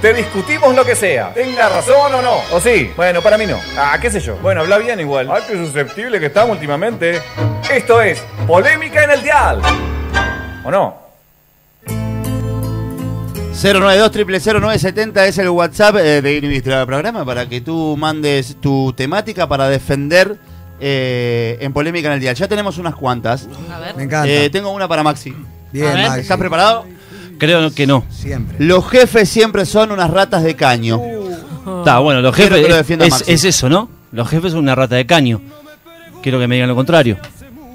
Te discutimos lo que sea. Tenga razón o no. ¿O sí? Bueno, para mí no. Ah, qué sé yo. Bueno, habla bien igual. Ay, qué susceptible que estamos últimamente. Esto es Polémica en el Dial. ¿O no? 092 0970 es el WhatsApp eh, de nuestro programa para que tú mandes tu temática para defender eh, en polémica en el día. Ya tenemos unas cuantas. A Me ver. encanta. Eh, tengo una para Maxi. Bien, a ver, Maxi. ¿Estás preparado? Creo que no. Siempre. Los jefes siempre son unas ratas de caño. Uh, Está, bueno, los Quiero jefes. Ah. que lo es- defienda es, Maxi. es eso, ¿no? Los jefes son una rata de caño. Quiero que me digan lo contrario.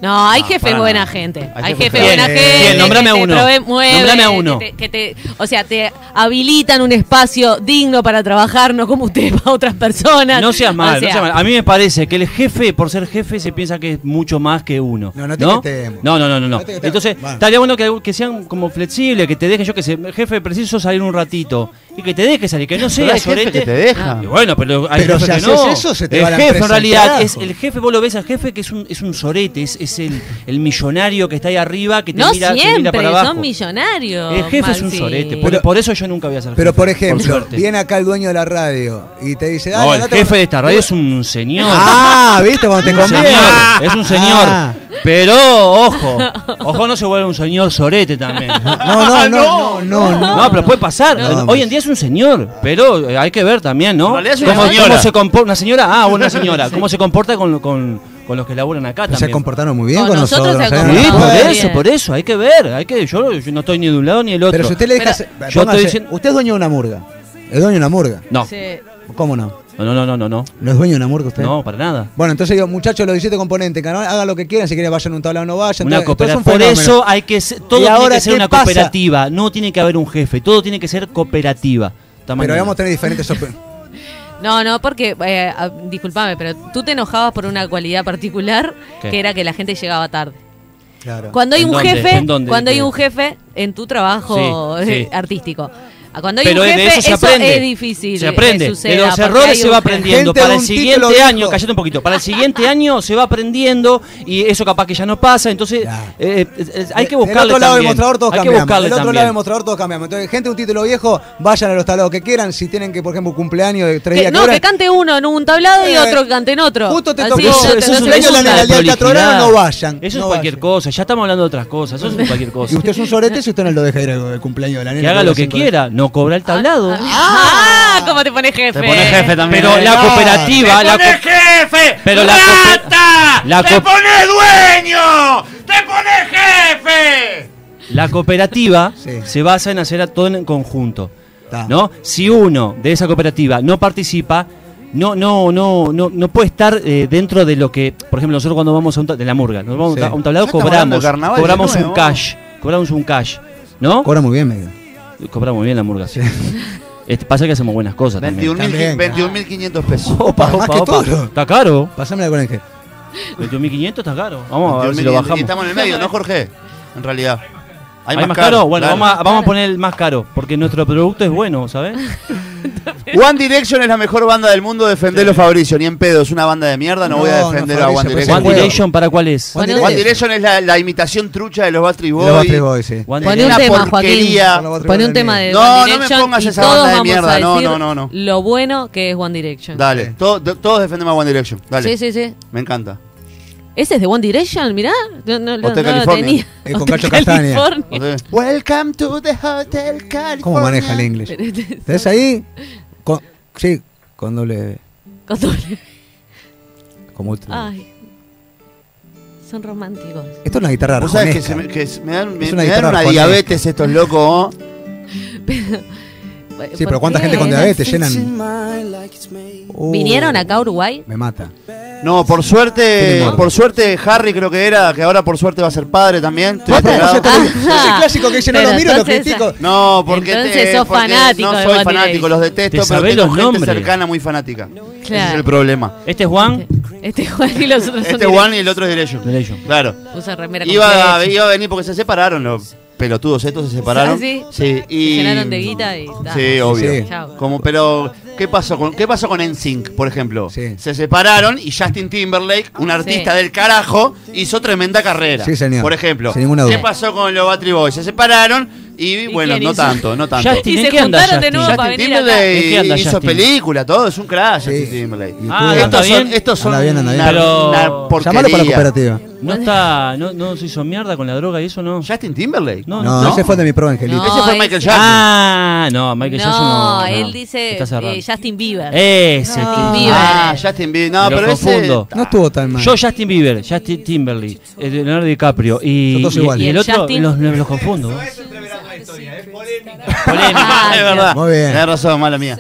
No, hay No, jefes para buena nada. Eh, gente. Hay Hay jefes jefes buena buena gente. gente. Bien, que nombrame a te uno. prove- mueve, Nombrame a que uno. te- que te- o sea, te habilitan un espacio digno para trabajar, no como usted para otras personas. No seas mal, O sea, no seas mal. A mí me parece que el jefe, por ser jefe, se piensa que es mucho más que uno. No, no te ¿No? metemos. No, no, no, no, no. No te metemos. Entonces, Bueno. estaría bueno que, que sean como flexibles, que te dejen, yo que sé, jefe, preciso salir un ratito. Y que te deje salir, que Pero no hay jefes seas sorete. que te deja. Y bueno, pero hay Pero jefes si que no. haces eso, se te el va la jefe, en empresa al realidad, carajo. es el jefe, vos lo ves al jefe que es un, es un sorete, es, es el, el millonario que está ahí arriba, que te no mira, te mira siempre, para abajo. son millonarios. El jefe es un Maxi. sorete, por, Pero- por eso yo nunca voy a ser Pero jefe, por ejemplo, suerte. viene acá el dueño de la radio y te dice, dale, No, el andate jefe con- de esta radio es un señor. Ah, viste cuando te Un conviene. señor, es un señor. Ah. Pero, ojo, ojo no se vuelve un señor sorete también. No, no, no, no, no, no. No, pero puede pasar. No. Hoy en día es un señor, pero eh, hay que ver también, ¿no? En realidad es una ¿Cómo, cómo señora. se comporta una señora? Ah, una señora. ¿Cómo se comporta con, con, con los que laburan acá Pero Se también? comportaron muy bien No, con nosotros nosotros. se ¿eh? Sí, comportaron Bueno, por bien. eso, por eso, hay que ver, hay que yo, yo no estoy ni de un lado ni del otro. Pero si usted le deja... se- Pero, yo póngase, estoy diciendo Usted es dueño de una murga. Es dueño de una murga. no. Sí. ¿Cómo no? No, no, no, no, no. ¿No es dueño de una murga usted? No, para nada. Bueno, entonces digo, muchachos, los 17 componentes, canal, hagan lo que quieran, si quieren vayan a un tablado no vayan. Una todo- esto es un cooperativa. Por fenómeno. eso hay que ser, todo ¿Y tiene ahora que ser qué una pasa? cooperativa, no tiene que haber un jefe, todo tiene que ser cooperativa. Esta Pero mañana. vamos a tener diferentes opiniones. No, no, porque, eh, ah, disculpame, pero tú te enojabas por una cualidad particular, ¿Qué? que era que la gente llegaba tarde. Claro. Cuando hay ¿En un dónde? jefe, ¿En dónde? cuando hay ¿Qué? un jefe en tu trabajo Sí, eh, sí. artístico. Ah, Cuando hay Pero un de jefe, eso se aprende. es difícil. Se que aprende. suceda, de los porque errores hay se un va jefe. aprendiendo. Gente para de el un siguiente título año, dijo. callate un poquito. Para el siguiente año se va aprendiendo y eso capaz que ya no pasa. Entonces Claro. eh, eh, eh, hay que Del buscarle otro lado también. del mostrador todos hay que cambiamos. buscarle Del otro también. lado del mostrador todos cambiamos. Entonces, gente de un título viejo, vayan a los tablados que quieran. Si tienen que, por ejemplo, un cumpleaños de tres Que- días no, duran, que cante uno en un tablado y Eh, otro que cante en otro. justo te Así, tocó. no Eso- te- eso no es un te- daño a la una legalidad teatrona, prolijidad. no vayan, Eso no es cualquier vayan. cosa. Ya estamos hablando de otras cosas. Eso es cualquier Y cosa. usted es un sorete si usted no lo deja ir al cumpleaños de la nena. Que haga lo que cinco- quiera. No cobra el tablado. Ah, ¿cómo te pone jefe? Te pone jefe también. ¿eh? Pero la Claro. cooperativa, la co- jefe! Pero la ¡Rata! la ¡Te co- pones dueño! ¡Te pones jefe! La cooperativa Sí. se basa en hacer a todo en conjunto. Está. ¿no? Si uno de esa cooperativa no participa, no, no, no, no, no puede estar eh, dentro de lo que, por ejemplo, nosotros cuando vamos a un ta- de la murga, nos vamos Sí. a un tablado, Ya estamos hablando cobramos, de carnaval de cobramos un nuevo. cash, cobramos un cash, ¿no? Cobra muy bien, me digo. cobramos bien la murga. sí. Este, pasa que hacemos buenas cosas. también. 21.500 También. 21.500 pesos. Opa, Más opa, que opa. todo. Está caro. Pásamela con el jefe. 21.500 está caro. Vamos a ver si lo 21.500. bajamos. Y estamos en el medio, ¿no, Jorge? En realidad. ¿Hay, más caro? Bueno, claro. vamos, a, vamos a poner el más caro, porque nuestro producto es bueno, ¿sabes? One Direction es la mejor banda del mundo, defendelo Fabricio, ni en pedo, es una banda de mierda, no, No, voy a no, defender a Fabricio, One pues es Direction. One juego. Direction, ¿para cuál One es? Direction. Bueno, One Direction es la, la imitación trucha de los Backstreet De Boys. los Backstreet Boys, sí. One Pone Direction. un Una tema, porquería. Joaquín. Pone un tema de No, One no me Direction pongas y esa todos banda de vamos a mierda. No, decir no, no, no. Lo bueno que es One Direction. Dale, todo- to- todos defendemos a One Direction. Dale, Sí, sí, sí. me encanta. Ese es de One Direction, mirá. No, no, no, Hotel no lo California. tenía. Es con Hotel Cacho Castaña. California. Ustedes- Welcome to the Hotel California. ¿Cómo maneja el inglés? ¿Estás ahí? Con- sí, con doble. E, Con doble- Como otro. Ay. Son románticos. Esto es una guitarra Vos sabés que, arjonesca. se me, que se me dan, me- Es una me dan guitarra una arjonesca. diabetes estos locos. ¿oh? Sí, pero ¿cuánta gente con diabetes llenan? Oh, ¿Vinieron acá a Uruguay? Me mata. No, por Qué suerte, lindo. por suerte Harry creo que era, que ahora por suerte va a ser padre también. Estoy Ah, pero enterado. vosotros- Es el clásico que dice, no Pero lo miro, lo entonces- critico. No, porque Entonces sos porque fanático No de soy One fanático, Direction. los Te detesto, pero sabés tengo los gente nombres. cercana muy fanática. Ese es Claro. el problema. Este es Juan. Este Juan y los otros son Este directos. One y el otro es Direction. Direction. Claro. Usa remera Iba a, completa. iba a venir porque se separaron los pelotudos estos, se separaron. Ah, sí. Sí, y Se llenaron de guita y ta. Sí, obvio. Sí. Chao. Como, pero, ¿qué pasó con, qué pasó con NSYNC, por ejemplo? Sí. Se separaron y Justin Timberlake, un artista Sí. del carajo, hizo tremenda carrera. Sí, señor. Por ejemplo. Sin ninguna duda. ¿Qué pasó con los Battery Boys? Se separaron, Y ¿Y bueno, quién no hizo? tanto, no tanto. Justin, Y ¿en se qué anda juntaron de Justin? nuevo para Justin venir acá. ¿En qué Timberlake anda hizo Justin? película, todo, es un crash Justin Timberlake. YouTube. Ah, anda estos son, bien. estos son Anda bien, anda bien. una- Pero- una Llamalo porquería. Llamalo para la cooperativa. No está, no, no se hizo mierda con la droga y eso no. Justin Timberlake. No, No, ese fue de mi pro, Angelito. No, Ese fue ese- Michael Jackson. Ah, no, Michael no, Jackson no. no. él dice Está cerrado. eh, Justin Bieber. Ese, Justin que- Bieber. Ah, Justin Bieber. No, Lo pero confundo. ese. No estuvo tan mal. Yo, Justin Bieber, Justin Timberlake, eh, Leonardo DiCaprio y, Son todos y- iguales. y el ¿Y el otro Justin? los, los confundo. ¿eh? Polémica, Ah, es Dios. verdad. Muy bien. Tenés razón, mala mía.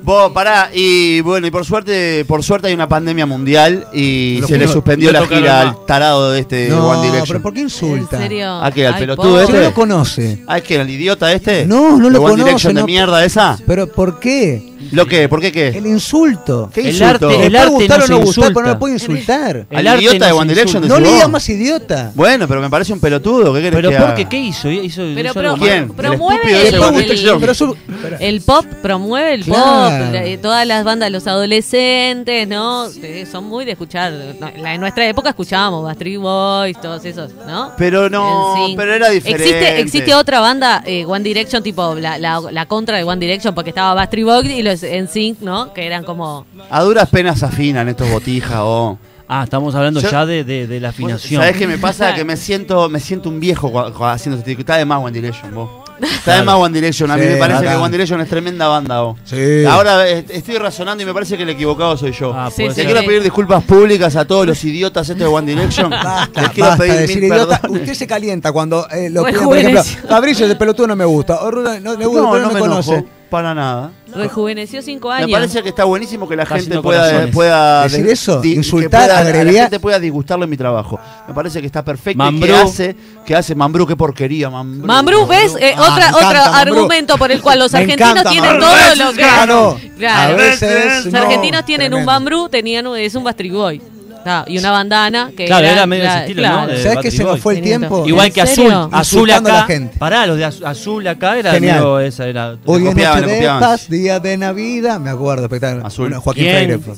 Vos, pará, y bueno, y por suerte, por suerte hay una pandemia mundial y se le juro. suspendió No la tocaron gira más. al tarado de este No, One Direction. pero ¿por qué ¿En insulta? serio? Ah, que al Ay, pelotudo pobre. Si no este. lo conoce. Ah, es que el idiota este. No, no ¿De lo One conoce, Direction de no. mierda esa. Pero ¿por qué? ¿Lo qué? ¿Por qué qué? El insulto. ¿Qué El insulto? arte- Le el puede gustar no o no se gustar, pero no insulta. lo puede insultar. El ¿Al arte idiota de nos One Direction insulta. No le vos. digas más idiota. Bueno, pero me parece un pelotudo. ¿Qué querés Pero que ¿por haga? qué? ¿Qué hizo? ¿Hizo, Pero, hizo pero, algo ¿Quién? mal? El promueve estúpido el, ese Después One gusta Direction. el- pero sub- el pop, promueve el Claro. pop, la- eh, todas las bandas, los adolescentes, ¿no? Eh, son muy de escuchar. No, la- en nuestra época escuchábamos Backstreet Boys, todos esos, ¿no? Pero no, En sí. pero era diferente. Existe, existe otra banda, eh, One Direction, tipo la, la- la contra de One Direction, porque estaba Backstreet Boys y los NSYNC, ¿no? Que eran como... A duras penas afinan estos botijas o. Ah, estamos hablando Yo- ya de, de- de la afinación. ¿Sabes qué me pasa? Que me siento, me siento un viejo cua- cua- haciendo este tipo. Está de más One Direction, vos. Está de Claro. más One Direction. A mí Sí, me parece acá. que One Direction es tremenda banda, vos. Sí. Ahora eh, estoy razonando y me parece que el equivocado soy yo. Ah, Sí, puede Te sí. ser. quiero pedir disculpas públicas a todos los idiotas estos de One Direction. Basta, Les quiero basta pedir de mil decir idiota. perdones. Usted se calienta cuando eh, lo Muy piden, por ejemplo, jóvenes. Fabricio de pelotudo no me gusta. O Rulo, no, me gusta, No, pero no no me me conoce. enojo. Para nada. Rejuveneció cinco Me años. parece que está buenísimo que la Está gente haciendo pueda, corazones. pueda Decir de- eso, que insultar, pueda- agredir. La gente pueda disgustarlo en mi trabajo. Me parece que está perfecto. y Mambrú. Que hace, que hace Mambrú, qué porquería, Mambrú. Mambrú, ¿ves? Eh, Ah, otra, me otro encanta, Mambrú. argumento por el cual los Me argentinos encanta, tienen Mambrú. todo A lo que... veces Claro, Claro. a veces Los no, argentinos tienen un tremendo. bambrú, tenían un- es un Backstreet Boy. Ah, y una bandana que Claro, era medio ese estilo, ¿no? claro. De- ¿Sabes que se nos fue el Backstreet Boys. tiempo? Igual ¿En que Azul. serio? Azul Insultando a la acá. gente. Pará, los de Az- Azul acá era. Genial. medio esa era Eh, Hoy es copiaban, noche le de copiaban. paz, día de Navidad. Me acuerdo, espectacular. Azul. Bueno, Joaquín Freire. ¿Quién? fue.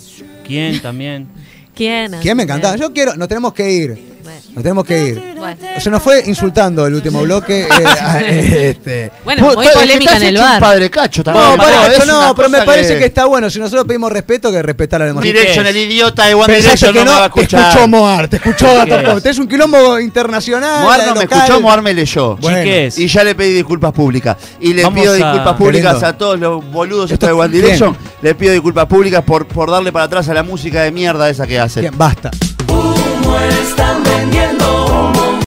¿Quién también? ¿Quién? ¿Quién me encantaba? Yo quiero, nos tenemos que ir. Bueno. Nos tenemos que ir. Bueno. Se nos fue insultando el último bloque. eh, a- este. Bueno, Vos, muy estás- polémica estás en el hecho un bar. padre cacho también. No, Mambrú, para, es esto una no, pero me cosa parece que está bueno. Si nosotros pedimos respeto, que respetar a la One democracia. Direction, el idiota de One Pensaste Direction que no, me va a no, te escuchar. escuchó Moar, te escuchó ¿Qué Gata es? Tenés un quilombo internacional. Moar no me local. escuchó, Moar me leyó. Bueno. Chiques. Y ya le pedí disculpas públicas. Y le Vamos pido a- disculpas públicas Qué lindo. a todos los boludos Esto estos de One bien. Direction. Le pido disculpas públicas por, por darle para atrás a la música de mierda esa que hacen. Bien, basta. humo están vendiendo.